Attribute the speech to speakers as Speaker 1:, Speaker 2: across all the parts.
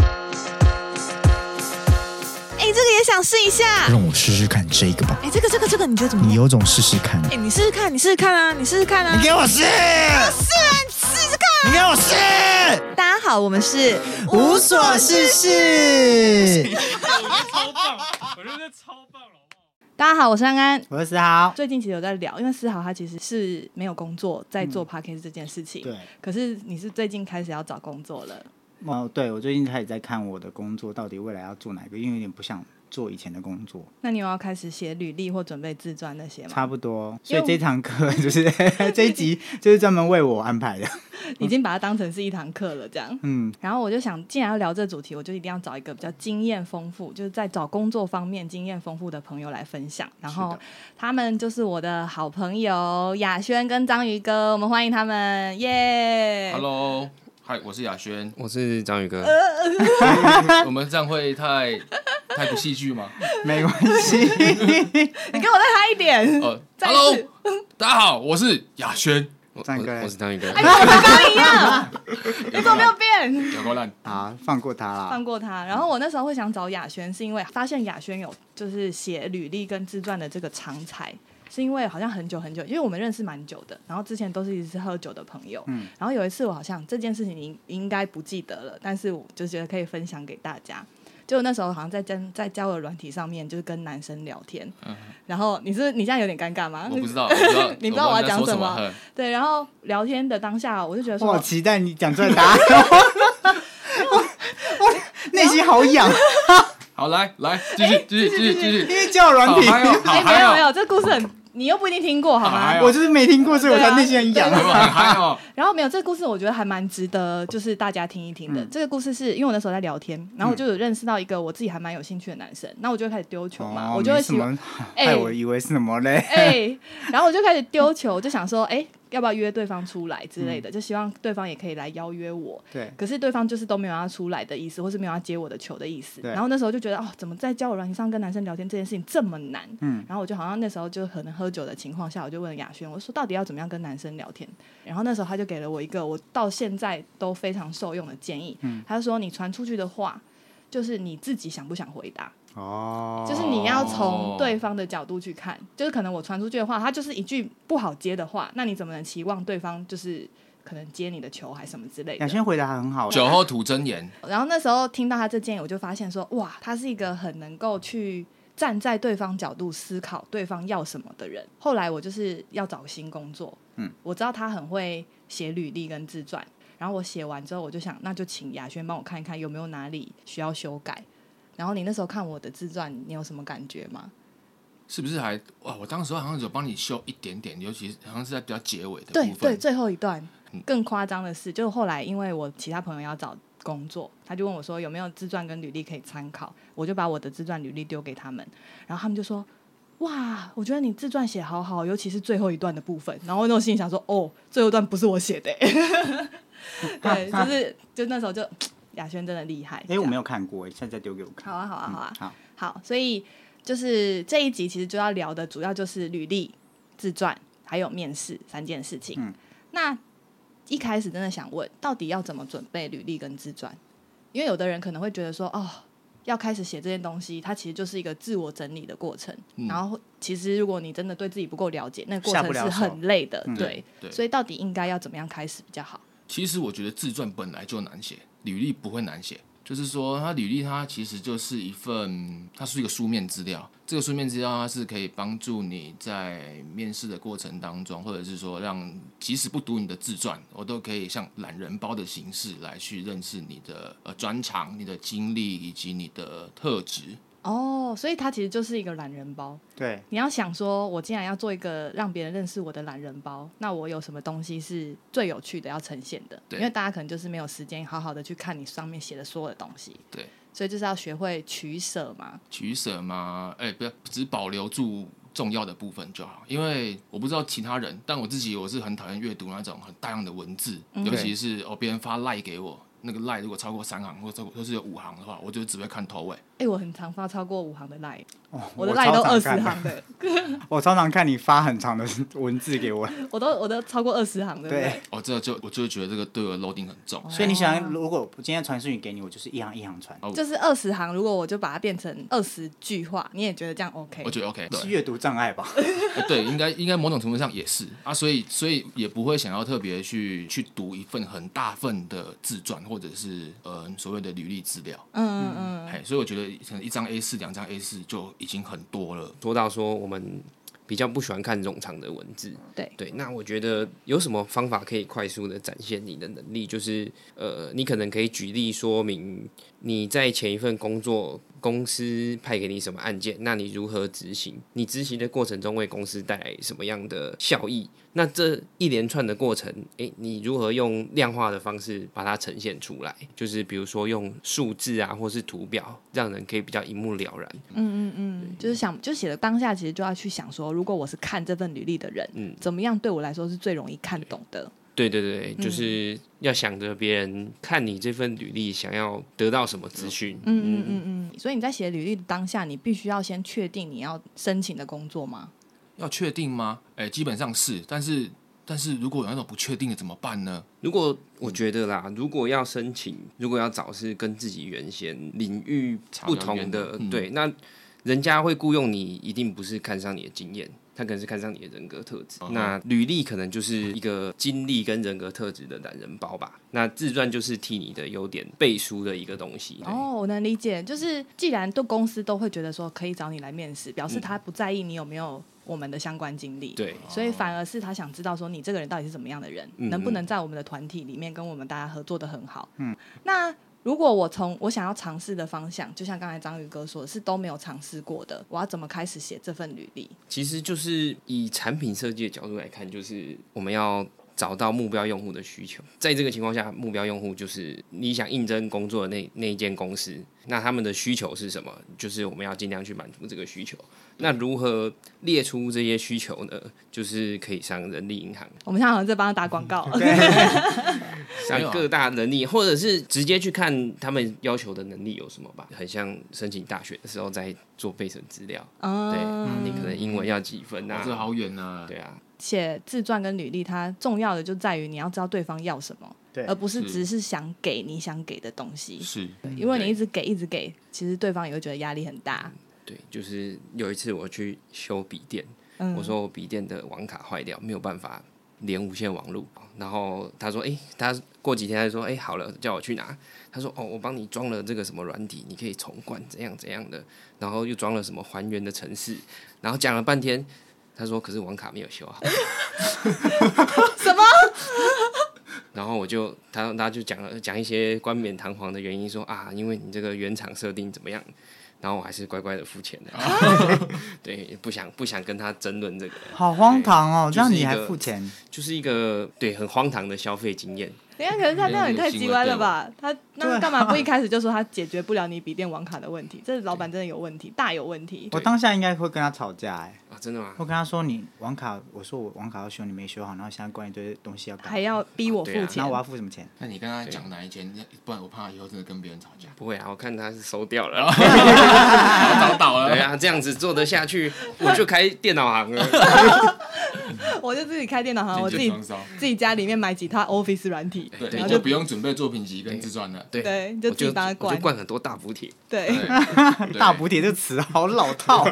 Speaker 1: 哎
Speaker 2: 想试一下。
Speaker 3: 让我试试看这个吧。
Speaker 2: 哎，这个这个这个，你觉得怎么
Speaker 3: 你
Speaker 2: 样？
Speaker 3: 有种试试看，
Speaker 2: 哎，你试试看，你试试看啊，你试试看啊
Speaker 3: 你，给我试，
Speaker 2: 试啊，你试试看。
Speaker 3: 你给我试，
Speaker 1: 啊
Speaker 2: 大家好，我们是
Speaker 3: 无所事事。
Speaker 4: 超棒，我觉得超棒了。
Speaker 1: 大家好，我是安安。
Speaker 3: 我是思豪，
Speaker 1: 最近其实有在聊，因为思豪他其实是没有工作，在
Speaker 3: 嗯
Speaker 1: 做 podcast 这件事情。
Speaker 5: 对，
Speaker 1: 可是你是最近开始要找工作了，
Speaker 5: 哦，对，我最近开始在看我的工作到底未来要做哪个，因为有点不想做以前的工作，
Speaker 1: 那你有要开始写履历或准备自传那些吗？
Speaker 5: 差不多。
Speaker 1: 因
Speaker 5: 所
Speaker 1: 为
Speaker 5: 以
Speaker 1: 我
Speaker 5: 这堂课就是 这一集就是专门为我安排的。
Speaker 1: 已经把它当成是一堂课了，这样。
Speaker 5: 嗯，
Speaker 1: 然后我就想，既然要聊这主题，我就一定要找一个比较经验丰富，就是在找工作方面经验丰富的朋友来分享。然后
Speaker 5: 是的
Speaker 1: 他们就是我的好朋友雅轩跟章鱼哥，我们欢迎他们，耶
Speaker 4: Hello，嗨，我是雅轩。
Speaker 6: 我是章宇哥，
Speaker 1: 呃
Speaker 4: 我们这样会太太不戏 剧吗？
Speaker 5: 没关系。
Speaker 1: 你给我再嗨一点，
Speaker 4: 呃
Speaker 1: 再一
Speaker 4: ，Hello，
Speaker 1: 次
Speaker 4: 大家好，我是雅轩，哎
Speaker 6: 我
Speaker 5: 章宇哥
Speaker 6: 我我是章宇哥，
Speaker 1: 刚一样， 你怎么没有变？
Speaker 4: 有够烂。
Speaker 5: 好，放过他啦。
Speaker 1: 放过他。然后我那时候会想找雅轩，是因为发现雅轩有就是写履历跟自传的这个常才。是因为好像很久很久，因为我们认识蛮久的，然后之前都是一直喝酒的朋友。
Speaker 5: 嗯
Speaker 1: 然后有一次我好像这件事情你应该不记得了，但是我就觉得可以分享给大家。就那时候好像在跟在交友软体上面，就是跟男生聊天。然后你是你现在有点尴尬吗？
Speaker 4: 我不知道，我不知道
Speaker 1: 你不知道我要讲
Speaker 4: 我不知
Speaker 1: 什
Speaker 4: 道你在说什
Speaker 1: 么
Speaker 4: 么？
Speaker 1: 对，然后聊天的当下，我就觉得
Speaker 5: 我好
Speaker 1: 说，
Speaker 5: 期待你讲出来答案。我我内心好痒，
Speaker 4: 好，来来，继续继续继续继
Speaker 5: 因
Speaker 4: 续。
Speaker 5: 为叫软
Speaker 4: 好
Speaker 5: 体，
Speaker 4: 嗨哦，好
Speaker 1: 哎、没
Speaker 4: 嗨
Speaker 1: 有没
Speaker 4: 哦，
Speaker 1: 有，这故事很你又不一定听过好
Speaker 4: 好
Speaker 1: 吗？
Speaker 4: 嗨哦
Speaker 5: 我就是没听过，所以我
Speaker 1: 对啊
Speaker 5: 才内心很痒。
Speaker 4: 有没有很嗨哦？
Speaker 1: 然后没有这个故事，我觉得还蛮值得，就是大家听一听的。
Speaker 5: 嗯
Speaker 1: 这个故事是因为我那时候在聊天，然后我就有认识到一个我自己还蛮有兴趣的男生，那我就开始丢球嘛，
Speaker 5: 哦
Speaker 1: 啊我就会
Speaker 5: 没什
Speaker 1: 喜欢
Speaker 5: 么，
Speaker 1: 哎
Speaker 5: 害我以为是什么嘞？
Speaker 1: 哎、 然后我就开始丢球，就想说，哎、要不要约对方出来之类
Speaker 5: 嗯
Speaker 1: 的，就希望对方也可以来邀约我。
Speaker 5: 对，
Speaker 1: 可是对方就是都没有要出来的意思，或是没有要接我的球的意思。
Speaker 5: 对
Speaker 1: 然后那时候就觉得，哦，怎么在交友软件上跟男生聊天这件事情这么难？
Speaker 5: 嗯
Speaker 1: 然后我就好像那时候就可能喝酒的情况下，我就问雅轩，我说到底要怎么样跟男生聊天？然后那时候他就给了我一个我到现在都非常受用的建议，
Speaker 5: 嗯
Speaker 1: 他说你传出去的话。就是你自己想不想回答，
Speaker 5: 哦，
Speaker 1: 就是你要从对方的角度去看，就是可能我传出去的话，他就是一句不好接的话，那你怎么能期望对方就是可能接你的球还什么之类的
Speaker 5: 雅？轩回答很好，
Speaker 4: 酒后吐真言，
Speaker 1: 然后那时候听到他这建议，我就发现说，哇，他是一个很能够去站在对方角度思考对方要什么的人。后来我就是要找新工作，
Speaker 5: 嗯，
Speaker 1: 我知道他很会写履历跟自传，然后我写完之后，我就想，那就请雅轩帮我看一看有没有哪里需要修改。然后你那时候看我的自传，你有什么感觉吗？
Speaker 4: 是不是还哇？我当时好像有帮你修一点点，尤其是好像是在比较结尾的
Speaker 1: 对
Speaker 4: 部
Speaker 1: 对，
Speaker 4: 分。嗯
Speaker 1: 最后一段更夸张的是，就是后来因为我其他朋友要找工作，他就问我说有没有自传跟履历可以参考，我就把我的自传履历丢给他们，然后他们就说。哇，我觉得你自传写好好，尤其是最后一段的部分。然后我那时候心里想说，哦，最后一段不是我写的、欸 对，就是就那时候就雅轩真的厉害。
Speaker 5: 哎，我
Speaker 1: 有。
Speaker 5: 没有看过，下次再丢给我看。
Speaker 1: 好啊，好啊，好啊。
Speaker 5: 嗯好，
Speaker 1: 好，所以就是这一集其实就要聊的主要就是履历、自传还有面试三件事情。
Speaker 5: 嗯
Speaker 1: 那一开始真的想问，到底要怎么准备履历跟自传？因为有的人可能会觉得说，哦，要开始写这件东西，它其实就是一个自我整理的过程。然后，其实如果你真的对自己不够了解，那个过
Speaker 5: 嗯下不
Speaker 1: 程
Speaker 5: 了
Speaker 1: 是很
Speaker 5: 手
Speaker 1: 累的。
Speaker 5: 嗯
Speaker 1: 对，
Speaker 4: 对
Speaker 1: 所以到底应该要怎么样开始比较好？
Speaker 4: 其实我觉得自传本来就难写，履历不会难写。就是说，它履历它其实就是一份，它是一个书面资料。这个书面资料它是可以帮助你在面试的过程当中，或者是说让即使不读你的自传，我都可以像懒人包的形式来去认识你的呃专长、你的经历以及你的特质。
Speaker 1: 哦，所以它其实就是一个懒人包。
Speaker 5: 对，
Speaker 1: 你要想说，我既然要做一个让别人认识我的懒人包，那我有什么东西是最有趣的要呈现的？
Speaker 4: 对
Speaker 1: 因为大家可能就是没有时间好好的去看你上面写的所有的东西，
Speaker 4: 对，
Speaker 1: 所以就是要学会取舍嘛。
Speaker 4: 取舍吗？哎、不要只保留住重要的部分就好，因为我不知道其他人，但我自己我是很讨厌阅读那种很大量的文字，尤其是哦别人发赖给我。那个赖如果超过三行或者超过或是有五行的话，我就只会看头尾。
Speaker 1: 哎、我很常发超过五行的赖，
Speaker 5: 哦
Speaker 1: 我的赖都二
Speaker 5: 超
Speaker 1: 十
Speaker 5: 常看
Speaker 1: 行的，
Speaker 5: 我常常看你发很长的文字给我，
Speaker 1: 我都我都超过二十行的。
Speaker 5: 对，
Speaker 4: 哦，这就我就会觉得这个对我的 loading 很重。
Speaker 5: 所以你
Speaker 1: 哦
Speaker 5: 想，如果我今天传讯息给你，我就是一行一行
Speaker 6: 哦
Speaker 5: 传，
Speaker 1: 就是二十行，如果我就把它变成二十句话，你也觉得这样 OK？
Speaker 4: 我觉得 OK，
Speaker 5: 是
Speaker 4: 对，
Speaker 5: 阅读障碍吧？
Speaker 4: 呃对，应该应该某种程度上也是啊，所以所以也不会想要特别去去读一份很大份的自传或者是呃所谓的履历资料，
Speaker 1: 嗯嗯嗯，
Speaker 4: 哎、所以我觉得可能一张 A 四、两张 A 四就已经很多了。
Speaker 6: 说到说我们比较不喜欢看冗长的文字，
Speaker 1: 对
Speaker 6: 对，那我觉得有什么方法可以快速的展现你的能力？就是呃，你可能可以举例说明你在前一份工作公司派给你什么案件，那你如何执行？你执行的过程中为公司带来什么样的效益？那这一连串的过程，诶，你如何用量化的方式把它呈现出来？就是比如说用数字啊，或是图表，让人可以比较一目了然。
Speaker 1: 嗯就是想就写的当下，其实就要去想说，如果我是看这份履历的人，
Speaker 6: 嗯
Speaker 1: 怎么样对我来说是最容易看懂的？
Speaker 6: 对对对，就是要想着别人看你这份履历，想要得到什么资讯。
Speaker 1: 嗯嗯嗯嗯。所以你在写履历的当下，你必须要先确定你要申请的工作吗？
Speaker 4: 要确定吗？哎、基本上是，但是但是如果有那种不确定的怎么办呢？
Speaker 6: 如果我觉得啦，如果要申请，如果要找是跟自己原先领域不同
Speaker 4: 差比较
Speaker 6: 的
Speaker 4: 远，嗯
Speaker 6: 对，那人家会雇佣你，一定不是看上你的经验。他可能是看上你的人格特质
Speaker 4: 嗯，哼
Speaker 6: 那履历可能就是一个经历跟人格特质的懒人包吧。那自传就是替你的优点背书的一个东西。对
Speaker 1: 哦，我能理解，就是既然都公司都会觉得说可以找你来面试，表示他不在意你有没有我们的相关经历。。
Speaker 6: 对，
Speaker 1: 所以反而是他想知道说你这个人到底是怎么样的人，
Speaker 6: 嗯
Speaker 1: 能不能在我们的团体里面跟我们大家合作的很好。嗯，那如果我从我想要尝试的方向，就像刚才章鱼哥说的，是都没有尝试过的，我要怎么开始写这份履历？
Speaker 6: 其实就是以产品设计的角度来看，就是我们要找到目标用户的需求。在这个情况下，目标用户就是你想应征工作的那那一间公司，那他们的需求是什么？就是我们要尽量去满足这个需求。那如何列出这些需求呢？就是可以上人力银行，
Speaker 1: 我们现在好像在帮他打广 告。
Speaker 4: 没有
Speaker 6: 上
Speaker 4: 啊
Speaker 6: 各大人力，或者是直接去看他们要求的能力有什么吧。很像申请大学的时候在做备审资料，对
Speaker 1: 嗯，
Speaker 6: 你可能英文要几分
Speaker 4: 哇哦
Speaker 6: 啊？
Speaker 4: 这好远呢、
Speaker 6: 对啊，
Speaker 1: 写自传跟履历，它重要的就在于你要知道对方要什么，
Speaker 5: 对
Speaker 1: 而不是
Speaker 4: 是
Speaker 1: 只是想给你想给的东西。
Speaker 4: 是
Speaker 1: 因为你
Speaker 6: 对
Speaker 1: 一直给，一直给，其实对方也会觉得压力很大。
Speaker 5: 嗯
Speaker 6: 对，就是有一次我去修笔电，
Speaker 1: 嗯
Speaker 6: 我说我笔电的网卡坏掉，没有办法连无线网路。然后他说，诶，他过几天他就说，诶，好了，叫我去拿。他说，哦，我帮你装了这个什么软体，你可以重灌怎样怎样的，然后又装了什么还原的程式，然后讲了半天。他说：“可是网卡没有修啊 好。”
Speaker 1: 什么？
Speaker 6: 然后我就他他就讲了讲一些冠冕堂皇的原因，说啊，因为你这个原厂设定怎么样，然后我还是乖乖的付钱的，
Speaker 1: 啊
Speaker 6: 对，不想不想跟他争论这个，
Speaker 5: 好荒唐哦！
Speaker 6: 对
Speaker 5: 这样你
Speaker 6: 就是
Speaker 5: 还
Speaker 6: 一个
Speaker 5: 付钱？
Speaker 6: 就是一个对很荒唐的消费经验。
Speaker 1: 等一下，可是他那样也太极端了吧？他那
Speaker 5: 对啊
Speaker 1: 干嘛不一开始就说他解决不了你笔电网卡的问题？这老板真的有问题，大有问题。
Speaker 5: 我当下应该会跟他吵架哎、
Speaker 6: 啊，真的吗？
Speaker 5: 我跟他说你网卡，我说我网卡要修，你没修好，然后现在关一堆东西要改，
Speaker 1: 还要逼我付
Speaker 6: 对啊
Speaker 1: 钱
Speaker 5: 那我，要付什么钱？
Speaker 4: 那你刚刚讲哪一间？不然我怕以后真的跟别人吵架，
Speaker 6: 不会啊，我看他是收掉了。
Speaker 1: 啊
Speaker 4: 找倒
Speaker 6: 对
Speaker 4: 了。
Speaker 6: 啊，这样子做得下去，我就开电脑行了。
Speaker 1: 我就自己开电脑行，我自己啊
Speaker 4: 双烧，
Speaker 1: 自己家里面买几套 Office 软体，
Speaker 4: 对，
Speaker 1: 然
Speaker 4: 你
Speaker 1: 后
Speaker 4: 就不用准备作品集跟自传了。
Speaker 6: 对，
Speaker 1: 对
Speaker 6: 我
Speaker 1: 就自己帮他
Speaker 6: 我
Speaker 1: 灌
Speaker 6: 就灌很多大补贴。
Speaker 1: 对。
Speaker 4: 对
Speaker 5: 大补贴这词好老套，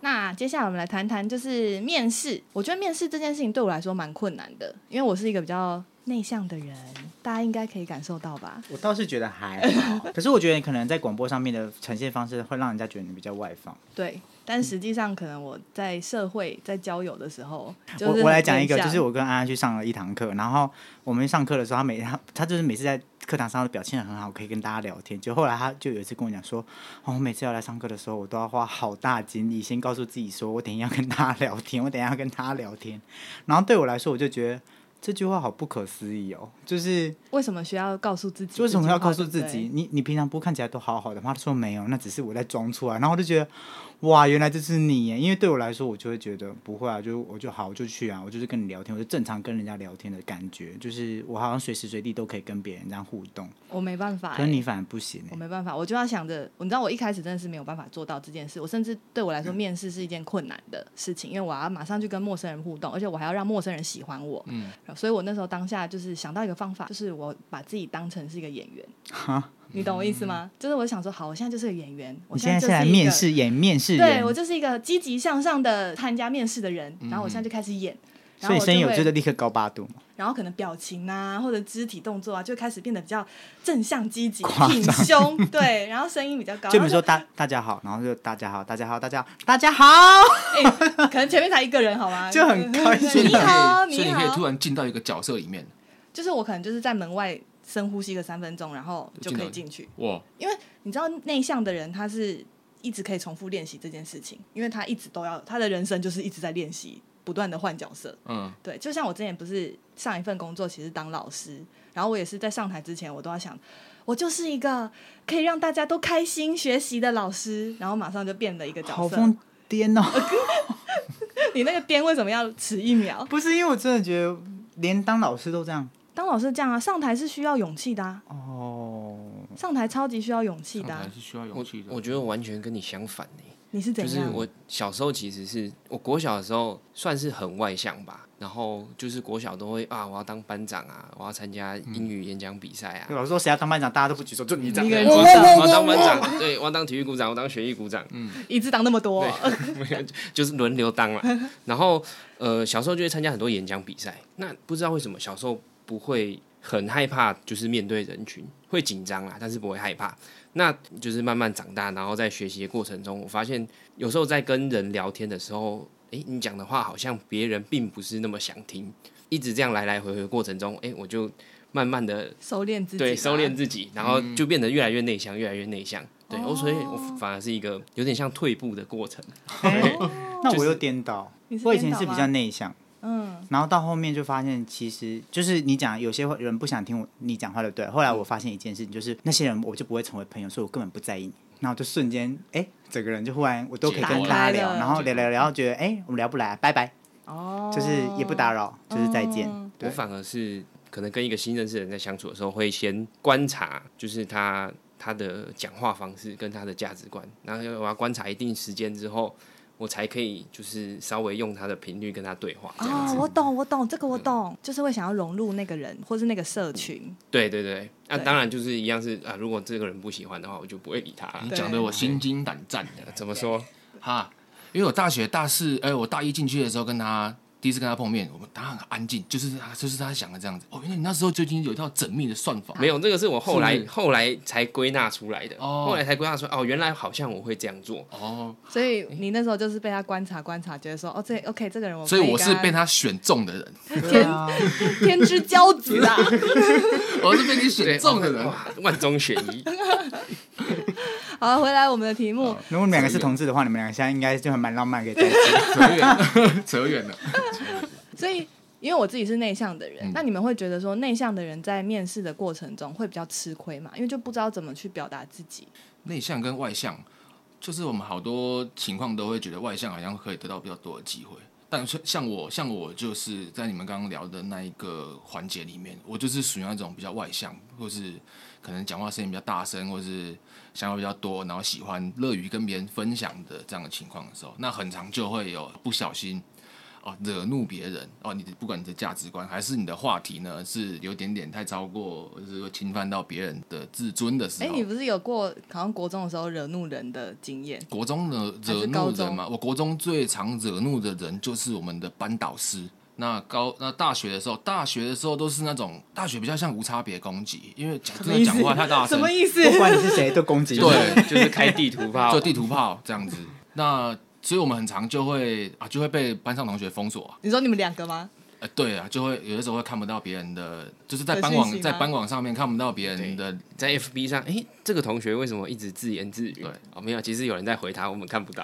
Speaker 1: 那接下来我们来谈谈，就是面试。我觉得面试这件事情对我来说蛮困难的，因为我是一个比较内向的人，大家应该可以感受到吧？
Speaker 5: 我倒是觉得还好。可是我觉得你可能在广播上面的呈现方式会让人家觉得你比较外放。
Speaker 1: 对，但实际上可能我在社会在交友的时候，就是
Speaker 5: 我我来讲一个，
Speaker 1: 很内
Speaker 5: 就
Speaker 1: 向
Speaker 5: 是我跟安安去上了一堂课，然后我们上课的时候，他每他他就是每次在课堂上的表现很好，可以跟大家聊天。就后来他就有一次跟我讲说，哦，我每次要来上课的时候，我都要花好大精力，先告诉自己说我等一下要跟他聊天，我等一下要跟他聊天。然后对我来说，我就觉得这句话好不可思议哦，就是
Speaker 1: 为什么需要告诉自己？
Speaker 5: 为什么要告诉自
Speaker 1: 这句话对
Speaker 5: 己
Speaker 1: 不？
Speaker 5: 你你平常不看起来都好好的吗？他说没有，那只是我在装出来。然后我就觉得，哇，原来这是你耶！因为对我来说，我就会觉得不会啊，就我就好，我就去啊，我就是跟你聊天，我就正常跟人家聊天的感觉，就是我好像随时随地都可以跟别人这样互动。
Speaker 1: 对？我没办法、
Speaker 5: 可是你反而不行
Speaker 1: 我
Speaker 5: 耶，
Speaker 1: 没办法，我就要想着，你知道我一开始真的是没有办法做到这件事，我甚至对我来
Speaker 5: 嗯
Speaker 1: 说，面试是一件困难的事情，因为我要马上去跟陌生人互动，而且我还要让陌生人喜欢我。嗯，所以我那时候当下就是想到一个方法，就是我把自己当成是一个演员。你懂我意思吗？就是我想说，好，我现在就是个演员，我
Speaker 5: 嗯你现在
Speaker 1: 就是
Speaker 5: 来
Speaker 1: 一个
Speaker 5: 面试演面试
Speaker 1: 对
Speaker 5: 人
Speaker 1: 我，就是一个积极向上的参加面试的人，然后我现在就开始演。然
Speaker 5: 嗯所
Speaker 1: 后
Speaker 5: 以
Speaker 1: 我
Speaker 5: 声音有
Speaker 1: 会
Speaker 5: 就立刻高八度嘛，
Speaker 1: 然后可能表情啊，或者肢体动作啊，就开始变得比较正向积极、
Speaker 5: 夸张
Speaker 1: 挺胸，对，然后声音比较高。
Speaker 5: 就比如说大大家好，然后就大家好，大家好，大家好，大家好，
Speaker 1: 然后就，哎、可能前面才一个人，好吗？
Speaker 5: 就很开
Speaker 4: 所以
Speaker 5: 心啊
Speaker 4: 你
Speaker 1: 你好
Speaker 4: 可以，所以
Speaker 1: 你
Speaker 4: 你可以
Speaker 1: 好
Speaker 4: 突然进到一个角色里面，
Speaker 1: 就是我可能就是在门外深呼吸个三分钟，然后就可以进去。
Speaker 4: 哇，
Speaker 1: 因为你知道内向的人，他是一直可以重复练习这件事情，因为他一直都要，他的人生就是一直在练习，不断的换角色。
Speaker 4: 嗯，
Speaker 1: 对，就像我之前不是上一份工作，其实当老师，然后我也是在上台之前，我都要想，我就是一个可以让大家都开心学习的老师，然后马上就变了一个角
Speaker 5: 好
Speaker 1: 色。
Speaker 5: 疯癫哦。
Speaker 1: 你那个颠为什么要迟一秒？
Speaker 5: 不是因为我真的觉得连当老师都这样
Speaker 1: 当老师这样啊，上台是需要勇气的、啊，
Speaker 5: 哦，
Speaker 1: 上台超级需要勇气的、
Speaker 4: 还
Speaker 1: 啊。
Speaker 4: 是需要勇
Speaker 6: 我
Speaker 4: 气的。
Speaker 6: 我觉得我完全跟你相反呢、
Speaker 1: 你是怎
Speaker 6: 就
Speaker 1: 样？
Speaker 6: 是我小时候其实是我国小的时候算是很外向吧，然后就是国小都会啊，我要当班长啊，我要参加英语演讲比赛啊，
Speaker 1: 嗯
Speaker 5: 老师说谁要当班长，大家都不举手，就你这
Speaker 1: 你一个人
Speaker 5: 样。
Speaker 1: 举
Speaker 6: 我
Speaker 1: 手
Speaker 6: 要当我要当班长，对，我要当体育股长，我当学艺股长，
Speaker 1: 一次当那么多，
Speaker 6: 就是轮流当了。 然后呃，小时候就会参加很多演讲比赛，那不知道为什么小时候不会很害怕，就是面对人群会紧张啦，但是不会害怕。那就是慢慢长大，然后在学习的过程中，我发现有时候在跟人聊天的时候，诶，你讲的话好像别人并不是那么想听，一直这样来来回回的过程中，诶，我就慢慢的
Speaker 1: 收敛自己，啊嗯
Speaker 6: 对，收敛。自己，然后就变得越来越内向，越来越内向。对，我、所以我
Speaker 1: 哦
Speaker 6: 反而是一个有点像退步的过程。
Speaker 5: 那我又颠倒
Speaker 1: 你，是
Speaker 5: 我以前
Speaker 1: 颠倒
Speaker 5: 是比较内向，
Speaker 1: 嗯，
Speaker 5: 然后到后面就发现，其实就是你讲有些人不想听我你讲话的，对。后来
Speaker 1: 嗯
Speaker 5: 我发现一件事情，就是那些人我就不会成为朋友，所以我根本不在意你。然后我就瞬间，哎，整个人就忽然我都可以跟
Speaker 4: 打
Speaker 5: 大
Speaker 1: 开
Speaker 5: 家聊，
Speaker 1: 了
Speaker 5: 然后聊聊聊，觉得哎，我们聊不来，拜拜，
Speaker 1: 哦，
Speaker 5: 就是也不打扰，就是再见。
Speaker 1: 嗯
Speaker 6: 我
Speaker 5: 对，
Speaker 6: 反而是可能跟一个新认识的人在相处的时候，会先观察，就是他他的讲话方式跟他的价值观，然后我要观察一定时间之后，我才可以就是稍微用他的频率跟他对话这样
Speaker 1: 啊、
Speaker 6: 子。
Speaker 1: 我懂，我懂，这个我懂，就是会想要融入那个人或是那个社群。
Speaker 6: 对对对，那、
Speaker 1: 对
Speaker 6: 当然就是一样是啊，如果这个人不喜欢的话，我就不会理他了
Speaker 4: 你。讲的我心惊胆战的，
Speaker 6: 怎么说？
Speaker 4: 哈，因为我大学大四，哎、我大一进去的时候跟他第一次跟他碰面，我们他很安静，就是他就是他想的这样子。哦，原来你那时候就已经有一套缜密的算法，
Speaker 6: 没有，这个是我后
Speaker 4: 是
Speaker 6: 来
Speaker 4: 不是
Speaker 6: 后来才归纳出来的。
Speaker 4: 哦
Speaker 6: 后来才归纳出哦，原来好像我会这样做。
Speaker 4: 哦，
Speaker 1: 所以你那时候就是被他观察观察，觉得说哦，这 OK，这个人我
Speaker 4: 所以我是
Speaker 1: 可
Speaker 4: 被
Speaker 1: 跟
Speaker 4: 他选中的人，
Speaker 5: 对啊，
Speaker 1: 天之骄子 啊！
Speaker 4: 我是被你选中的人。
Speaker 6: 哇万中选一。
Speaker 1: 好，回来我们的题目，
Speaker 5: 如果你们两个是同志的话，你们两个现在应该就还蛮浪漫，可以在一起。
Speaker 4: 扯远，扯远了。
Speaker 1: 所以因为我自己是内向的
Speaker 4: 嗯
Speaker 1: 人，那你们会觉得说内向的人在面试的过程中会比较吃亏嘛？因为就不知道怎么去表达自己。
Speaker 4: 内向跟外向，就是我们好多情况都会觉得外向好像可以得到比较多的机会，但是像我，像我就是在你们刚刚聊的那一个环节里面，我就是属于那种比较外向，或是可能讲话声音比较大声，或是想法比较多，然后喜欢乐于跟别人分享的这样的情况的时候，那很常就会有不小心。哦，惹怒别人哦，你的不管你的价值观还是你的话题呢，是有点点太超过，或是会侵犯到别人的自尊的时
Speaker 1: 哎、
Speaker 4: 候。
Speaker 1: 你不是有过好像国中的时候惹怒人的经验？
Speaker 4: 国中惹
Speaker 1: 还
Speaker 4: 惹
Speaker 1: 是高
Speaker 4: 怒
Speaker 1: 中
Speaker 4: 人嘛，我国中最常惹怒的人就是我们的班导师。那高那大学的时候，大学的时候都是那种大学比较像无差别攻击，因为讲真的讲话太大
Speaker 1: 什
Speaker 4: 声，
Speaker 1: 么意思？
Speaker 5: 不管你是谁都攻击你。
Speaker 4: 对，
Speaker 6: 就是开地图 炮
Speaker 4: 做。地图炮这样子。那所以我们很常就会啊，就会被班上同学封锁啊、
Speaker 1: 你说你们两个 吗？
Speaker 4: 呃，对啊，就会有的时候会看不到别人的，就是在
Speaker 1: 的
Speaker 4: 班
Speaker 1: 讯息
Speaker 4: 网
Speaker 1: 吗
Speaker 4: 在班网上面看不到别人的
Speaker 6: 在 FB 上，哎、这个同学为什么一直自言自语？
Speaker 4: 对
Speaker 6: 哦，没有，其实有人在回他，我们看不到。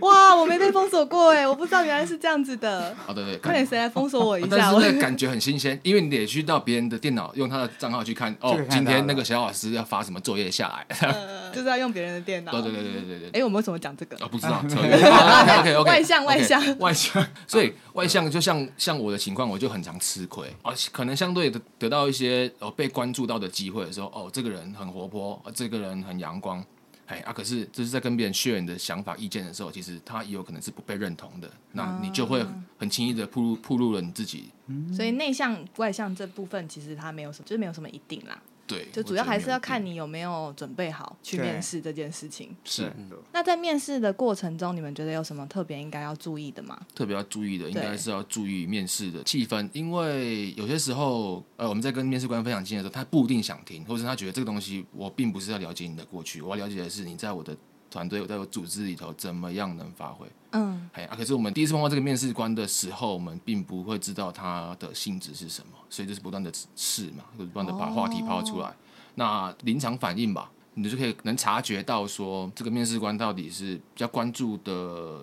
Speaker 1: 哇，我没被封锁过哎，我不知道原来是这样子的。
Speaker 4: 好哦的，对，
Speaker 1: 快点，谁来封锁 我一
Speaker 4: 哦但
Speaker 1: 下？
Speaker 4: 是
Speaker 1: 我
Speaker 4: 那个感觉很新鲜，因为你得去到别人的电脑，用他的账号去看哦
Speaker 5: 这个，看到
Speaker 4: 今天那个小老师要发什么作业下来？
Speaker 1: 就是要用别人的电脑。
Speaker 4: 对对对对对对对。
Speaker 1: 哎，我们为什么讲这个？
Speaker 4: 啊，不知道，扯远了。OK OK，
Speaker 1: 外向外向
Speaker 4: 外向，所以外向就像像我的情况，我就很常吃亏啊。可能相对的得到一些哦被关注到的机会的时候，哦，这个人很活泼，啊这个人很阳光，哎啊，可是就是在跟别人 share 你的想法、意见的时候，其实他也有可能是不被认同的，那你就会很轻易的暴露暴露了你自己。
Speaker 1: 所以内向外向这部分其实它没有什么，就是没有什么一定啦，
Speaker 4: 对，
Speaker 1: 就主要还是要看你有没有准备好去
Speaker 5: 对
Speaker 1: 面试这件事情。
Speaker 4: 是
Speaker 5: 嗯
Speaker 1: 那在面试的过程中，你们觉得有什么特别应该要注意的吗？
Speaker 4: 特别要注意的，应
Speaker 1: 对
Speaker 4: 该是要注意面试的气氛，因为有些时候，呃，我们在跟面试官分享经验的时候，他不一定想听，或者他觉得这个东西我并不是要了解你的过去，我要了解的是你在我的团队、我在我组织里头怎么样能发挥。
Speaker 1: 嗯，
Speaker 4: 哎啊，可是我们第一次碰到这个面试官的时候，我们并不会知道他的性质是什么，所以就是不断的试嘛，就是不断的
Speaker 1: 哦
Speaker 4: 把话题抛出来。那临场反应吧，你就可以能察觉到说这个面试官到底是比较关注的，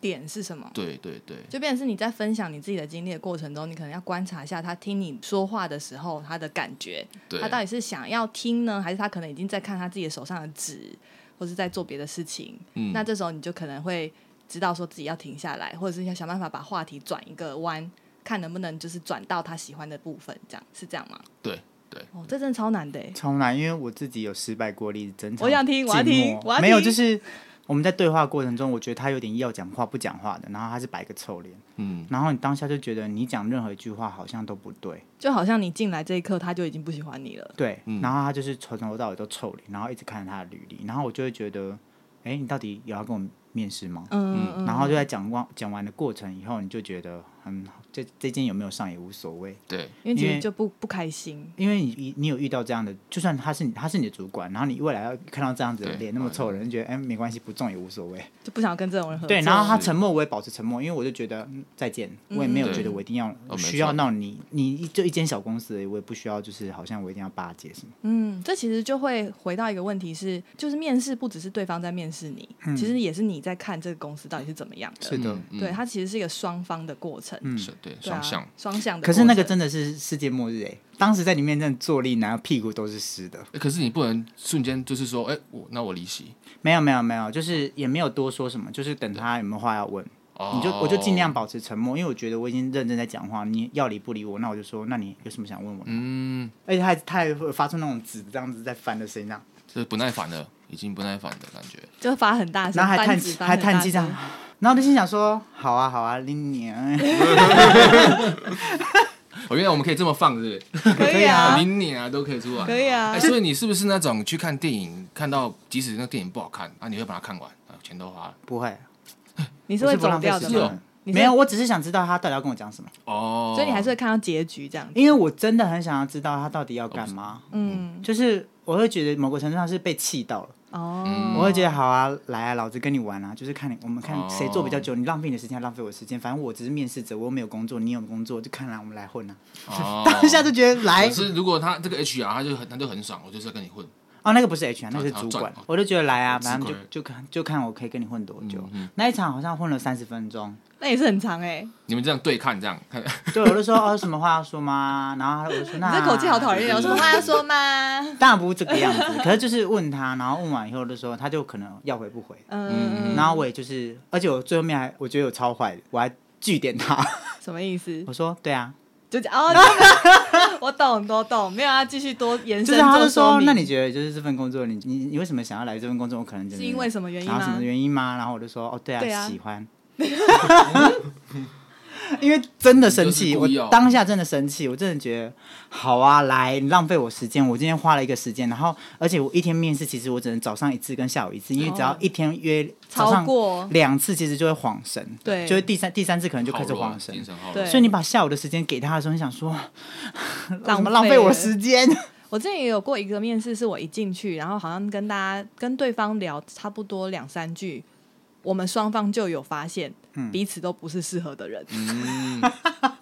Speaker 1: 点是什么？
Speaker 4: 对对对。
Speaker 1: 就变成是你在分享你自己的经历的过程中，你可能要观察一下他听你说话的时候他的感觉，
Speaker 4: 对
Speaker 1: 他到底是想要听呢，还是他可能已经在看他自己的手上的纸，或是在做别的事情？
Speaker 4: 嗯
Speaker 1: 那这时候你就可能会知道说自己要停下来，或者是要想办法把话题转一个弯，看能不能就是转到他喜欢的部分，这样是这样吗？
Speaker 4: 对对，
Speaker 1: 哦，这真的超难的耶，
Speaker 5: 超难，因为我自己有失败过例子，真的。
Speaker 1: 我想听我要听我要听
Speaker 5: 没有，就是我们在对话过程中，我觉得他有点要讲话不讲话的，然后他是摆个臭脸，
Speaker 4: 嗯，
Speaker 5: 然后你当下就觉得你讲任何一句话好像都不对，
Speaker 1: 就好像你进来这一刻他就已经不喜欢你了。
Speaker 5: 对，
Speaker 4: 嗯
Speaker 5: 然后他就是从头到尾都臭脸，然后一直看着他的履历，然后我就会觉得，哎，你到底有要跟我面试吗？
Speaker 1: 嗯，嗯
Speaker 5: 然后就在讲完讲完的过程以后，你就觉得，嗯，这这间有没有上也无所谓，
Speaker 4: 对，
Speaker 1: 因为其
Speaker 5: 因
Speaker 1: 实
Speaker 5: 为
Speaker 1: 就不不开心，
Speaker 5: 因为你你你有遇到这样的，就算他是你他是你的主管，然后你未来要看到这样子的
Speaker 4: 对
Speaker 5: 脸那么
Speaker 4: 嗯
Speaker 5: 臭的人，就觉得哎没关系，不中也无所谓。
Speaker 1: 就不想跟这种人合作。
Speaker 5: 对，然后他
Speaker 4: 是
Speaker 5: 沉默，我也保持沉默，因为我就觉得嗯再见，我也没有
Speaker 4: 对
Speaker 5: 觉得我一定要
Speaker 4: 哦没
Speaker 5: 需要
Speaker 4: 错
Speaker 5: 闹你，你就一间小公司而已，我也不需要就是好像我一定要巴结什么。
Speaker 1: 嗯，这其实就会回到一个问题是，就是面试不只是对方在面试你，其实也是你在看这个公司到底是怎么样的。
Speaker 5: 是的
Speaker 4: 嗯，嗯
Speaker 1: 对，它其实是一个双方的过程，
Speaker 5: 嗯
Speaker 4: 是对
Speaker 1: 对啊
Speaker 4: 双向，
Speaker 1: 双向的
Speaker 5: 可
Speaker 1: 过程。
Speaker 5: 是那个真的是世界末日哎、当时在里面真的坐立难安，屁股都是湿的。
Speaker 4: 诶可是你不能瞬间就是说，哎，我那我离席，
Speaker 5: 没有没有没有，就是也没有多说什么，就是等他有没有话要问，
Speaker 4: 哦
Speaker 5: 你就我就尽量，保持沉默，因为我觉得我已经认真在讲话，你要理不理我，那我就说，那你有什么想问我？
Speaker 4: 嗯，
Speaker 5: 而且他还他还会发出那种纸这样子在翻的声音，这样，
Speaker 4: 这不耐烦了，已经不耐烦的感觉，
Speaker 1: 就发很大声，
Speaker 5: 然后还
Speaker 1: 翻
Speaker 5: 叹
Speaker 1: 纸
Speaker 5: 气
Speaker 1: 翻
Speaker 5: 还
Speaker 1: 很大
Speaker 5: 叹气这样
Speaker 1: 声，
Speaker 5: 然后我就心想说，好啊好啊，拎你 啊，
Speaker 4: 我哦原来我们可以这么放，是不 是？
Speaker 1: 可以 啊，
Speaker 4: 明年啊都可以出来，哦
Speaker 1: 可以啊
Speaker 4: 诶所以你是不是那种去看电影，看到即使那电影不好看，啊，你会把它看完，啊，钱都花了，
Speaker 5: 不会，
Speaker 1: 你是
Speaker 5: 我
Speaker 1: 会
Speaker 5: 是不
Speaker 1: 走
Speaker 5: 浪费
Speaker 1: 掉
Speaker 5: 时
Speaker 1: 的
Speaker 5: 间
Speaker 4: 是
Speaker 1: 吗？
Speaker 4: 哦
Speaker 5: 的。
Speaker 1: 你
Speaker 5: 没有，我只是想知道他到底要跟我讲什么，
Speaker 4: 哦，
Speaker 1: 所以你还是会看到结局这样子。
Speaker 5: 因为我真的很想要知道他到底要干嘛。
Speaker 4: 哦
Speaker 1: 嗯，
Speaker 5: 就是我会觉得某个程度上是被气到了，
Speaker 1: 哦，
Speaker 4: 嗯
Speaker 5: 我会觉得好啊，来啊，老子跟你玩啊，就是看你我们看
Speaker 4: 哦
Speaker 5: 谁做比较久，你浪费你的时间，浪费我的时间，反正我只是面试者，我又没有工作，你有工作，就看来我们来混啊。
Speaker 4: 哦
Speaker 5: 当下就觉得来
Speaker 4: 可是如果他这个 HR 他就很他就很爽，我就是要跟你混，
Speaker 5: 哦，那个不是 HR，那个是
Speaker 4: 他
Speaker 5: 主
Speaker 4: 赚
Speaker 5: 管
Speaker 4: 哦，
Speaker 5: 我就觉得来啊，
Speaker 4: 吃
Speaker 5: 反正就
Speaker 4: 亏
Speaker 5: 就看就看我可以跟你混多久
Speaker 4: 嗯。嗯
Speaker 5: 那一场好像混了三十分钟，
Speaker 1: 那也是很长哎，
Speaker 4: 你们这样对看这样，看
Speaker 5: 对，我就说哦，有什么话要说吗？然后我就说
Speaker 1: 你
Speaker 5: 那
Speaker 1: 这口气好讨人厌，有什么话要说吗？
Speaker 5: 当然不是这个样子，可是就是问他，然后问完以后就说他就可能要回不回，
Speaker 1: 嗯，
Speaker 5: 然后我也就是，而且我最后面还我觉得有超坏的，我还据点他，
Speaker 1: 什么意思？
Speaker 5: 我说对啊，
Speaker 1: 就 讲哦， 我懂，我懂，没有要继续多延
Speaker 5: 就
Speaker 1: 伸
Speaker 5: 是他
Speaker 1: 做
Speaker 5: 就
Speaker 1: 说
Speaker 5: 说
Speaker 1: 明。
Speaker 5: 那你觉得就是这份工作，你你你为什么想要来这份工作？我可能真的
Speaker 1: 是因为什么原因
Speaker 5: 然后什
Speaker 1: 吗
Speaker 5: 么？原因吗？然后我就说哦对啊，
Speaker 1: 对啊
Speaker 5: 喜欢。 因为真的生气，
Speaker 4: 你就
Speaker 5: 我
Speaker 4: 是故意哦
Speaker 5: 当下真的生气，我真的觉得好啊，来你浪费我时间，我今天花了一个时间，然后而且我一天面试，其实我只能早上一次跟下午一次，因为只要
Speaker 1: 哦
Speaker 5: 一天约早
Speaker 1: 超
Speaker 5: 上
Speaker 1: 过
Speaker 5: 两次，其实就会晃神，
Speaker 1: 对
Speaker 5: 就会第三第三次可能就
Speaker 4: 好
Speaker 5: 开始
Speaker 4: 弱啊
Speaker 5: 晃神
Speaker 4: 精，神好弱
Speaker 1: 对，
Speaker 5: 所以你把下午的时间给他的时候，你想说
Speaker 1: 浪
Speaker 5: 怎么浪费
Speaker 1: 费
Speaker 5: 我
Speaker 1: 了
Speaker 5: 时间？
Speaker 1: 我之前也有过一个面试，是我一进去，然后好像跟大家跟对方聊差不多两三句，我
Speaker 5: 嗯
Speaker 1: 们双方就有发现彼此都不是适合的人，
Speaker 4: 嗯，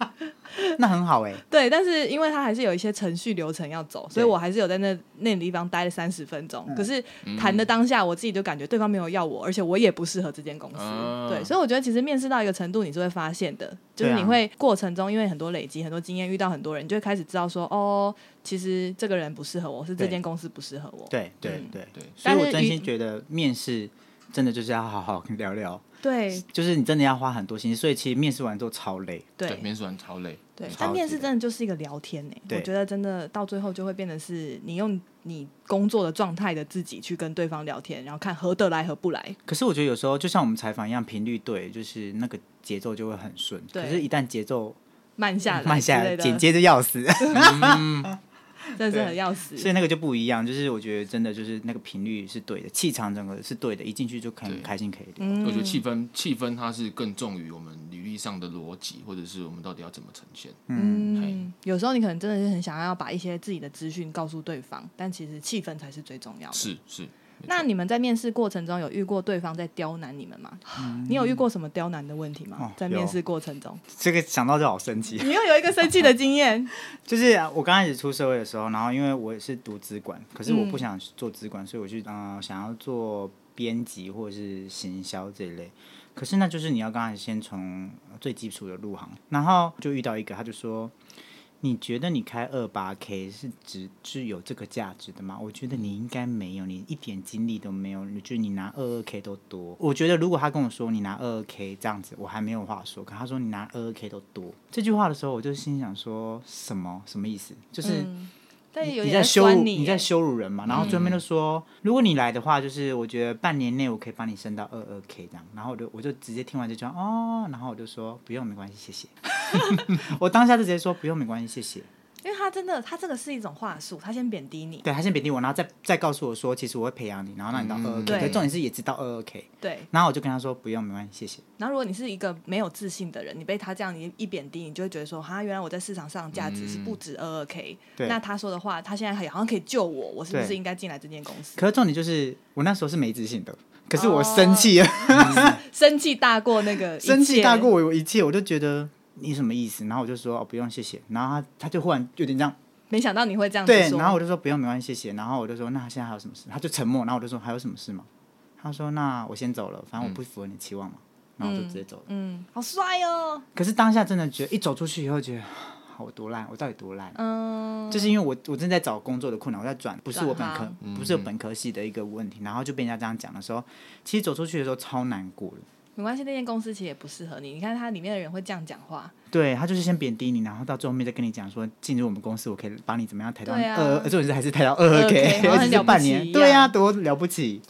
Speaker 5: 那很好哎、
Speaker 1: 对，但是因为他还是有一些程序流程要走，所以
Speaker 5: 对嗯
Speaker 1: 我还是有在那那个地方待了三十分钟。可是谈的当下，我自己就感觉对方没有要我，而且我也不适合这间公司。
Speaker 4: 啊
Speaker 1: 对，所以我觉得其实面试到一个程度，你是会发现的，就是
Speaker 5: 对啊
Speaker 1: 你会过程中因为很多累积、很多经验，遇到很多人，你就会开始知道说，哦，其实这个人不适合我，是这
Speaker 5: 对
Speaker 1: 间公司不适合我。
Speaker 5: 对对
Speaker 1: 嗯
Speaker 5: 对
Speaker 4: 对
Speaker 5: 所以
Speaker 1: 但
Speaker 5: 我
Speaker 1: 是
Speaker 5: 真
Speaker 1: 与
Speaker 5: 心觉得面试真的就是要好好聊聊，
Speaker 1: 对
Speaker 5: 就是你真的要花很多心思，所以其实面试完之后超累。
Speaker 4: 对，
Speaker 1: 对
Speaker 4: 面试完超累，
Speaker 1: 对
Speaker 5: 超，
Speaker 1: 但面
Speaker 5: 级
Speaker 1: 试
Speaker 5: 的
Speaker 1: 真的就是一个聊天呢、
Speaker 5: 对
Speaker 1: 我觉得真的到最后就会变得是你用你工作的状态的自己去跟对方聊天，然后看合得来合不来。
Speaker 5: 可是我觉得有时候就像我们采访一样，频率对，就是那个节奏就会很顺。
Speaker 1: 对
Speaker 5: 可是，一旦节奏
Speaker 1: 慢下来，
Speaker 5: 慢下
Speaker 1: 之
Speaker 5: 来，
Speaker 1: 类的
Speaker 5: 紧接着要 死，
Speaker 1: 真的是
Speaker 5: 对
Speaker 1: 很要死。
Speaker 5: 所以那个就不一样。就是我觉得真的就是那个频率是对的，气场整个是对的，一进去就
Speaker 4: 对
Speaker 5: 很开心可以聊。
Speaker 1: 嗯
Speaker 4: 我觉得气氛气氛它是更重于我们履历上的逻辑，或者是我们到底要怎么呈现。
Speaker 1: 嗯，有时候你可能真的是很想要把一些自己的资讯告诉对方，但其实气氛才是最重要的。
Speaker 4: 是是，
Speaker 1: 那你们在面试过程中有遇过对方在刁难你们吗？你有遇过什么刁难的问题吗？
Speaker 5: 嗯哦
Speaker 1: 在面试过程中，
Speaker 5: 这个想到就好生气。
Speaker 1: 你又有一个生气的经验，
Speaker 5: 就是我刚开始出社会的时候，然后因为我也是读资管，可是我不想做资管，所以我去呃想要做编辑或者是行销这一类。可是那就是你要刚开始先从呃最基础的入行，然后就遇到一个，他就说：“你觉得你开二八 K 是值是有这个价值的吗？”我觉得你应该没有，你一点精力都没有，你觉得你拿二二 K 都多。我觉得如果他跟我说你拿二二 K 这样子，我还没有话说。可他说你拿二二 K 都多这句话的时候，我就心想说什么什么意思？就是。
Speaker 1: 嗯但有
Speaker 5: 你
Speaker 1: 点
Speaker 5: 在羞
Speaker 1: 酸
Speaker 5: 辱
Speaker 1: 你耶，欸嗯
Speaker 5: 在羞辱人嘛。然后专门就说，如果你来的话，就是我觉得半年内我可以帮你升到二二 K 这样。然后我就我就直接听完这句话哦，然后我就说不用没关系，谢谢。 我当下就直接说不用没关系，谢谢。
Speaker 1: 因为他真的，他这个是一种话术，他先贬低你，
Speaker 5: 对他先贬低我，然后再再告诉我说，其实我会培养你，然后让你到二二 K。
Speaker 1: 对
Speaker 5: 可是重点是也只到二二 K。
Speaker 1: 对。
Speaker 5: 然后我就跟他说不用没关系，谢谢。
Speaker 1: 然后如果你是一个没有自信的人，你被他这样一一贬低，你就会觉得说，哈，原来我在市场上价值是不止二二 k。
Speaker 5: 对
Speaker 1: 那他说的话，他现在好像可以救我，我是不是
Speaker 5: 对
Speaker 1: 应该进来这间公司？
Speaker 5: 可是重点就是我那时候是没自信的，可是
Speaker 1: 哦
Speaker 5: 我生气了。
Speaker 1: 生气大过那个一切，
Speaker 5: 生气大过我一切，我就觉得你什么意思？然后我就说哦不用谢谢，然后他他就忽然有点这样。
Speaker 1: 没想到你会这样子
Speaker 5: 对，
Speaker 1: 说。
Speaker 5: 然后我就说不用，没关系，谢谢。然后我就说那现在还有什么事？他就沉默，然后我就说还有什么事吗？他说那我先走了，反正我不符合你期望嘛。然后我就直接走了。
Speaker 1: 嗯，好帅哦，
Speaker 5: 可是当下真的觉得一走出去以后，觉得我多烂，我到底多烂？
Speaker 1: 嗯，
Speaker 5: 就是因为我我正在找工作的困难，我在转，不是我本科
Speaker 1: 转，
Speaker 5: 不
Speaker 4: 嗯
Speaker 5: 是我本科系的一个问题，然后就被人家这样讲的时候，其实走出去的时候超难过的。
Speaker 1: 没关系，那间公司其实也不适合你。你看它里面的人会这样讲话，
Speaker 5: 对他就是先贬低你，然后到最后面再跟你讲说，进入我们公司，我可以帮你怎么样抬到
Speaker 1: 对啊
Speaker 5: 二，而且我还是抬到二二
Speaker 1: 22K
Speaker 5: K，
Speaker 1: 好像
Speaker 5: 而
Speaker 1: 很
Speaker 5: 且
Speaker 1: 了
Speaker 5: 是
Speaker 1: 不
Speaker 5: 半
Speaker 1: 起一样
Speaker 5: 年，对呀、啊多了不起。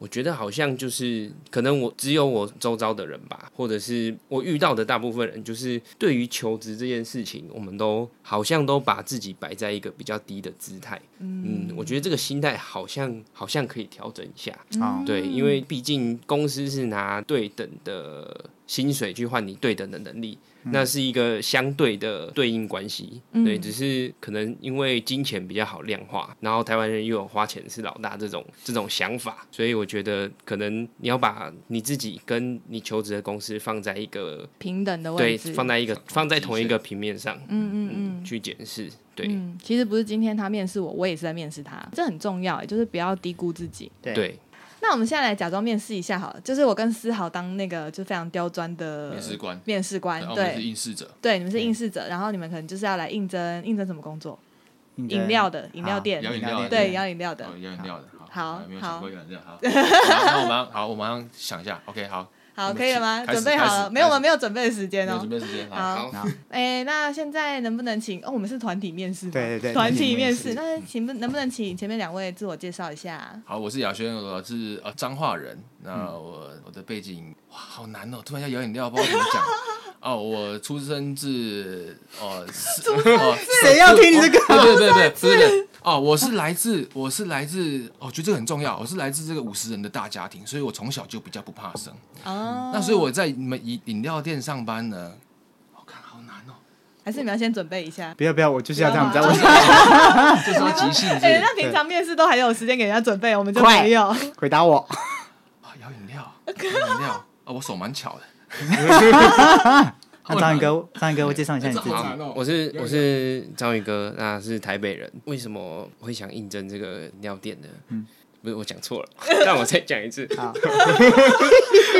Speaker 6: 我觉得好像就是可能我只有我周遭的人吧，或者是我遇到的大部分人，就是对于求职这件事情，我们都好像都把自己摆在一个比较低的姿态。嗯，我觉得这个心态好像好像可以调整一下。
Speaker 5: 啊、
Speaker 6: 对，因为毕竟公司是拿对等的薪水去换你对等的能力，
Speaker 1: 嗯
Speaker 6: 那是一个相对的对应关系。对，只是可能因为金钱比较好量化，然后台湾人又有花钱是老大这种这种想法，所以我觉得可能你要把你自己跟你求职的公司放在一个
Speaker 1: 平等的
Speaker 6: 对
Speaker 1: 位置，
Speaker 6: 放在一个放在同一个平面上，嗯嗯嗯，去检视。对、
Speaker 1: 嗯，其实不是今天他面试我，我也是在面试他，这很重要，就是不要低估自己。
Speaker 5: 对
Speaker 6: 对，
Speaker 1: 那我们现在来假装面试一下好了，就是我跟思豪当那个就非常刁钻的
Speaker 4: 面试官，
Speaker 1: 面试官
Speaker 4: 然后我们是
Speaker 1: 对
Speaker 4: 应试者，
Speaker 1: 对，你们是应试者，然后你们可能就是要来应征应征什么工作？饮料的饮料店
Speaker 4: 摇，饮料的
Speaker 1: 对，摇饮料的
Speaker 4: 哦，。有饮料的，
Speaker 1: 好
Speaker 4: 好，哎没有
Speaker 1: 好
Speaker 4: 想过有饮料， 好，好那我马上，好，我马上想一下，OK，好，
Speaker 1: 好，
Speaker 4: 我们
Speaker 1: 可以了吗？
Speaker 4: 开始
Speaker 1: 准备好
Speaker 4: 开
Speaker 1: 了
Speaker 4: 始
Speaker 1: 没有？我们
Speaker 4: 开始
Speaker 1: 没有准备的时间
Speaker 4: 没有
Speaker 1: 哦
Speaker 4: 准。备时间，
Speaker 1: 好
Speaker 6: 好，
Speaker 1: 哎，那现在能不能请？哦，我们是团体面试吗，
Speaker 5: 对对对
Speaker 1: 团
Speaker 5: 团
Speaker 1: 体面
Speaker 5: 体面
Speaker 1: 试。
Speaker 5: 试
Speaker 4: 嗯
Speaker 1: 那请不能不能请前面两位自我介绍一下？
Speaker 4: 好，我是雅轩，我是呃彰化人。
Speaker 1: 嗯
Speaker 4: 那我我的背景哇，好难哦，突然要摇饮料，不知道怎么 讲。哦，我出生自 哦，是哦，
Speaker 5: 谁要听你这个？
Speaker 4: 对对对对，不是不是哦，我是来自我是来自哦，我觉得这个很重要，我是来自这个五十人的大家庭，所以我从小就比较不怕生。
Speaker 1: 哦，
Speaker 4: 那所以我在你们饮饮料店上班呢，我看好难 哦，
Speaker 1: 还是你们要先准备一下？
Speaker 5: 不要不要，我就是要这样子，
Speaker 1: 不要
Speaker 5: 我
Speaker 4: 就是要即兴
Speaker 1: 哎、
Speaker 4: 这
Speaker 1: 那平常面试都还有时间给人家准备，我们就
Speaker 5: 快
Speaker 1: 没有。
Speaker 5: 回答 我。
Speaker 4: 啊 啊，摇饮料，摇饮料啊，我手蛮巧的。
Speaker 5: 那张宇哥，张宇哥，我介绍一下你自己。
Speaker 4: 好难哦
Speaker 6: 好，我是我是张宇哥，那是台北人。为什么会想应征这个尿店呢？不是我讲错了，让我再讲一次。
Speaker 5: 好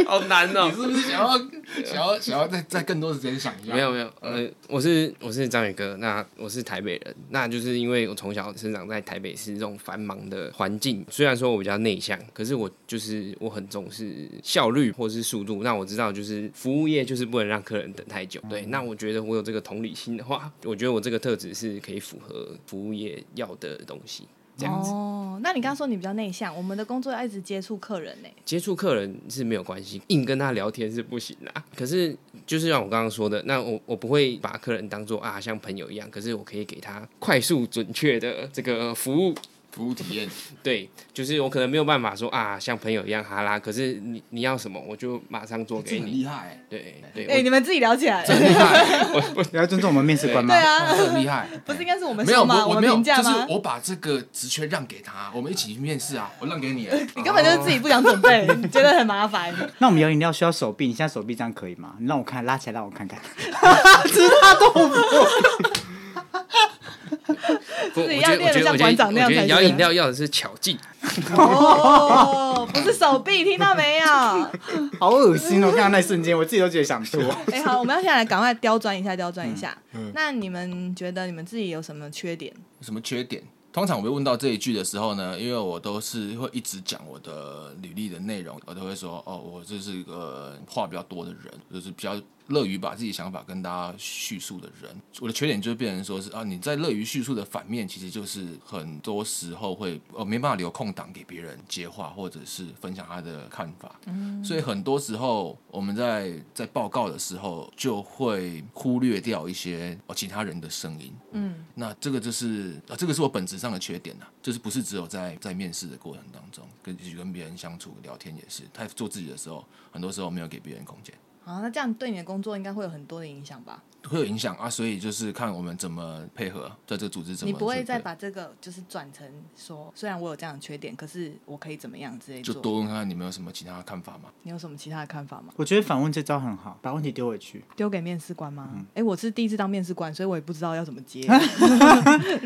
Speaker 6: 好难哦、
Speaker 4: 你是不是想要想要想要再再更多的时间想一下？
Speaker 6: 没有没有，呃，我是我是张宇哥，那我是台北人，那就是因为我从小生长在台北市这种繁忙的环境，虽然说我比较内向，可是我就是我很重视效率或是速度。那我知道就是服务业就是不能让客人等太久，对。那我觉得我有这个同理心的话，我觉得我这个特质是可以符合服务业要的东西。这样子
Speaker 1: 哦，那你刚刚说你比较内向，我们的工作要一直接触客人呢、
Speaker 6: 接触客人是没有关系，硬跟他聊天是不行啦。可是就是像我刚刚说的，那我我不会把客人当做啊像朋友一样，可是我可以给他快速准确的这个服务。
Speaker 4: 服务体验，
Speaker 6: 对，就是我可能没有办法说啊像朋友一样哈啦，可是你你要什么我就马上做
Speaker 4: 这
Speaker 6: 给
Speaker 4: 很
Speaker 6: 你。
Speaker 4: 厉害欸，
Speaker 6: 对对，
Speaker 1: 哎、
Speaker 6: 我
Speaker 1: 你们自己聊起来，
Speaker 5: 你要尊重我们面试官吗
Speaker 1: 对？啊，
Speaker 4: 这很厉害。
Speaker 1: 不是应该是我们
Speaker 4: 哦没有，
Speaker 1: 说吗？
Speaker 4: 我
Speaker 1: 们
Speaker 4: 没有，
Speaker 1: 评
Speaker 4: 就
Speaker 1: 价
Speaker 4: 是
Speaker 1: 吗？
Speaker 4: 我把这个职缺让给他，我们一起去面试啊，我让给 你欸。
Speaker 1: 你根本就是自己不想准备，你觉得很麻 烦。
Speaker 5: 那我们摇饮料需要手臂，你现在手臂这样可以吗？你让我看，拉起来让我看看。吃他豆腐，
Speaker 6: 不
Speaker 1: 自己
Speaker 6: 我
Speaker 1: 要
Speaker 6: 觉得
Speaker 1: 练
Speaker 6: 我
Speaker 1: 得
Speaker 6: 觉得
Speaker 1: 像
Speaker 6: 我觉
Speaker 1: 馆
Speaker 6: 得
Speaker 1: 长那样
Speaker 6: 我觉得
Speaker 1: 才
Speaker 6: 摇
Speaker 1: 行
Speaker 6: 饮料要的是巧劲，
Speaker 1: 哦，不是手臂，听到 没有？
Speaker 5: 好恶心哦！看 到那一瞬间，我自己都觉得想吐。
Speaker 1: 哎、好，我们要先来赶快刁钻一下，刁钻一下。
Speaker 4: 嗯
Speaker 1: 那你们觉得你们自己有什么缺点？
Speaker 4: 什么缺点？通常我被问到这一句的时候呢，因为我都是会一直讲我的履历的内容，我都会说哦，我这是一个话比较多的人，就是比较乐于把自己想法跟大家叙述的人。我的缺点就变成说是啊，你在乐于叙述的反面，其实就是很多时候会呃没办法留空档给别人接话或者是分享他的看法。所以很多时候我们在在报告的时候就会忽略掉一些哦其他人的声音。
Speaker 1: 嗯，
Speaker 4: 那这个就是啊，这个是我本质上的缺点呐、就是不是只有在在面试的过程当中，跟一起跟别人相处聊天也是，他做自己的时候，很多时候没有给别人空间，
Speaker 1: 好，那这样对你的工作应该会有很多的影响吧？
Speaker 4: 会有影响啊。所以就是看我们怎么配合，在这个组织怎么
Speaker 1: 你不会
Speaker 4: 去
Speaker 1: 再
Speaker 4: 配合
Speaker 1: 把这个就是转成说，虽然我有这样的缺点，可是我可以怎么样之类
Speaker 4: 就
Speaker 1: 做？
Speaker 4: 多问看看你们有什么其他看法吗？
Speaker 1: 你有什么其他的看法吗？
Speaker 5: 我觉得反问这招很好，把问题丢回去。
Speaker 1: 丢给面试官吗？
Speaker 5: 嗯
Speaker 1: 哎、我是第一次当面试官，所以我也不知道要怎么 接。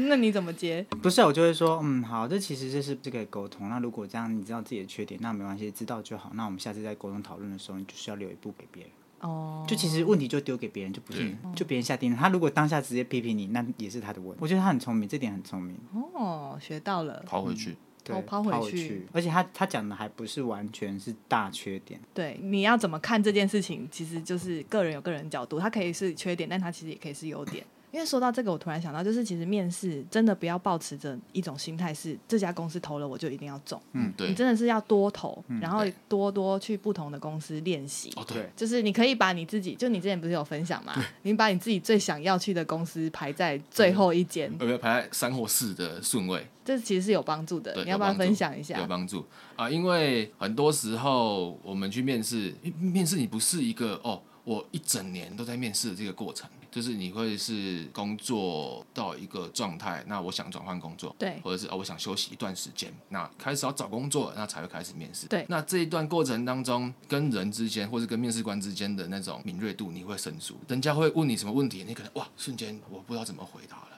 Speaker 1: 那你怎么接？
Speaker 5: 不是啊，我就会说，嗯，好，这其实这是这个沟通。那如果这样，你知道自己的缺点，那没关系，知道就好。那我们下次在沟通讨论的时候，你就是要留一步给别人。
Speaker 1: 哦，
Speaker 5: 就其实问题就丢给别人，就不是你就别人下定论。他如果当下直接批评你，那也是他的问题。我觉得他很聪明，这点很聪明。
Speaker 1: 哦，学到了。
Speaker 4: 抛回去，
Speaker 5: 对，
Speaker 1: 抛
Speaker 5: 抛
Speaker 1: 回
Speaker 5: 回
Speaker 1: 去
Speaker 5: 去，而且他他讲的还不是完全是大缺点。
Speaker 1: 对，你要怎么看这件事情，其实就是个人有个人角度，它可以是缺点，但它其实也可以是优点。
Speaker 5: 嗯
Speaker 1: 因为说到这个，我突然想到，就是其实面试真的不要抱持着一种心态是，这家公司投了我就一定要中，
Speaker 4: 嗯，
Speaker 1: 你
Speaker 4: 对，
Speaker 1: 真的是要多投，
Speaker 5: 嗯
Speaker 1: 然后
Speaker 4: 对
Speaker 1: 多多去不同的公司练习。
Speaker 4: 哦对，
Speaker 1: 就是你可以把你自己，就你之前不是有分享嘛，你把你自己最想要去的公司排在最后一间，
Speaker 4: 有没有排在三或四的顺位？
Speaker 1: 这其实是有帮助的。
Speaker 4: 对，
Speaker 1: 你要不要
Speaker 4: 有帮助
Speaker 1: 分享一下
Speaker 4: 有？帮助啊，因为很多时候我们去面试，因为面试你不是一个哦，我一整年都在面试的这个过程，就是你会是工作到一个状态，那我想转换工作，
Speaker 1: 对
Speaker 4: 或者是哦我想休息一段时间，那开始要找工作了，那才会开始面试。
Speaker 1: 对
Speaker 4: 那这一段过程当中，跟人之间或是跟面试官之间的那种敏锐度，你会生疏，人家会问你什么问题，你可能哇瞬间我不知道怎么回答了。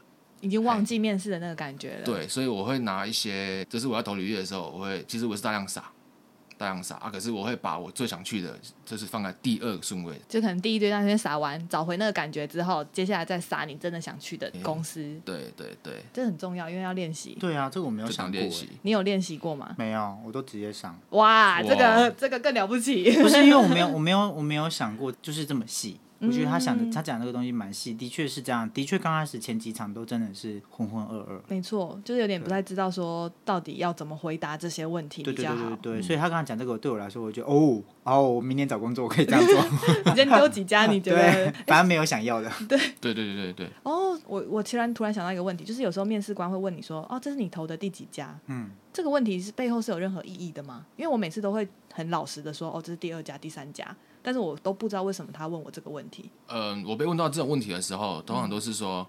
Speaker 1: 已经忘记面试的那个感觉了。，
Speaker 4: 对，所以我会拿一些，就是我要投履历的时候，我会其实我是大量撒，大量撒啊，可是我会把我最想去的，就是放在第二顺位。
Speaker 1: 就可能第一堆那边撒完，找回那个感觉之后，接下来再撒你真的想去的公司，
Speaker 4: 对对对，
Speaker 1: 这很重要，因为要练习。
Speaker 5: 对啊，这个我没有
Speaker 4: 就
Speaker 5: 想
Speaker 4: 想
Speaker 5: 过
Speaker 4: 练
Speaker 5: 欸。
Speaker 4: 习。
Speaker 1: 你有练习过吗？
Speaker 5: 没有，我都直接上。
Speaker 1: 哇，
Speaker 4: 哇
Speaker 1: 这个这个更了不 起。
Speaker 5: 不是因为我 没有，我没有，我没有想过就是这么细。我觉得他
Speaker 1: 嗯
Speaker 5: 想的，他讲这个东西蛮细，的确是这样。的确，刚开始前几场都真的是浑浑噩噩。
Speaker 1: 没错，就是有点不太知道说到底要怎么回答这些问题
Speaker 5: 对
Speaker 1: 比
Speaker 5: 对
Speaker 1: 较
Speaker 5: 对对
Speaker 1: 好。嗯
Speaker 5: 对，所以他刚才讲这个对我来说，我就哦哦，我明天找工作我可以这样 做。
Speaker 1: 你先丢几家，你觉
Speaker 5: 对
Speaker 1: 得？，
Speaker 5: 反正没有想要的。
Speaker 4: 对对对对对，
Speaker 1: 哦，我我突然突然想到一个问题，就是有时候面试官会问你说，哦，这是你投的第几家？
Speaker 5: 嗯，
Speaker 1: 这个问题是背后是有任何意义的吗？因为我每次都会很老实的说，哦，这是第二家、第三家，但是我都不知道为什么他问我这个问题。
Speaker 4: 呃嗯、我被问到这种问题的时候，通常都是说，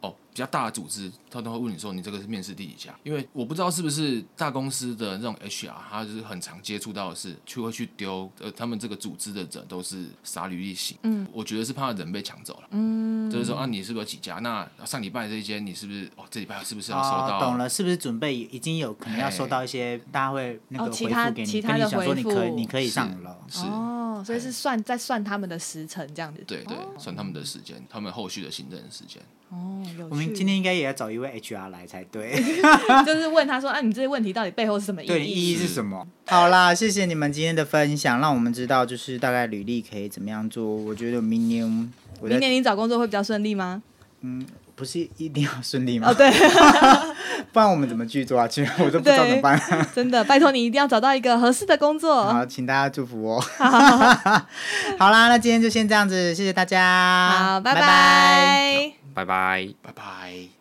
Speaker 4: 哦，比较大的组织，他都会问你说你这个是面试第几家？因为我不知道是不是大公司的那种 HR，他就是很常接触到的是去会去丢，呃，他们这个组织的人都是傻履历型。嗯，我觉得是怕人被抢走了。嗯，就是说啊，你是不是有几家？那上礼拜这一间你是不是？哦，这礼拜是不是要收到？
Speaker 5: 哦，懂了，是不是准备已经有可能要收到一些大家会那
Speaker 1: 哦
Speaker 5: 个
Speaker 1: 其
Speaker 5: 回
Speaker 1: 他
Speaker 5: 复给
Speaker 1: 其
Speaker 5: 你，
Speaker 1: 他
Speaker 5: 跟
Speaker 1: 的
Speaker 5: 你讲说你
Speaker 1: 回复
Speaker 5: 可以你可以
Speaker 4: 是
Speaker 5: 上楼。
Speaker 4: 是。
Speaker 1: 哦，
Speaker 5: 哎
Speaker 1: 所以是算在算他们的时辰这样子。
Speaker 4: 对对，算他们的时间，他们后续的行政时间。
Speaker 1: 哦，有
Speaker 5: 我们今天应该也要找一位 HR 来才对，
Speaker 1: 就是问他说，啊，你这些问题到底背后是什嗯么意
Speaker 5: 对，
Speaker 1: 义？
Speaker 5: 意义是什么？好啦，谢谢你们今天的分享，让我们知道就是大概履历可以怎么样做。我觉得明年我
Speaker 1: 明
Speaker 5: 在
Speaker 1: 年你找工作会比较顺利吗？
Speaker 5: 不是一定要顺利吗？
Speaker 1: 哦， 对，
Speaker 5: 不然我们怎么继续做下去？我 都不知道怎么办。
Speaker 1: 真的，拜托你一定要找到一个合适的工作。
Speaker 5: 好，请大家祝福我。 好啦，那今天就先这样子，谢谢大家。
Speaker 1: 好，拜
Speaker 5: 拜
Speaker 1: 拜
Speaker 6: 拜拜。
Speaker 4: 拜拜。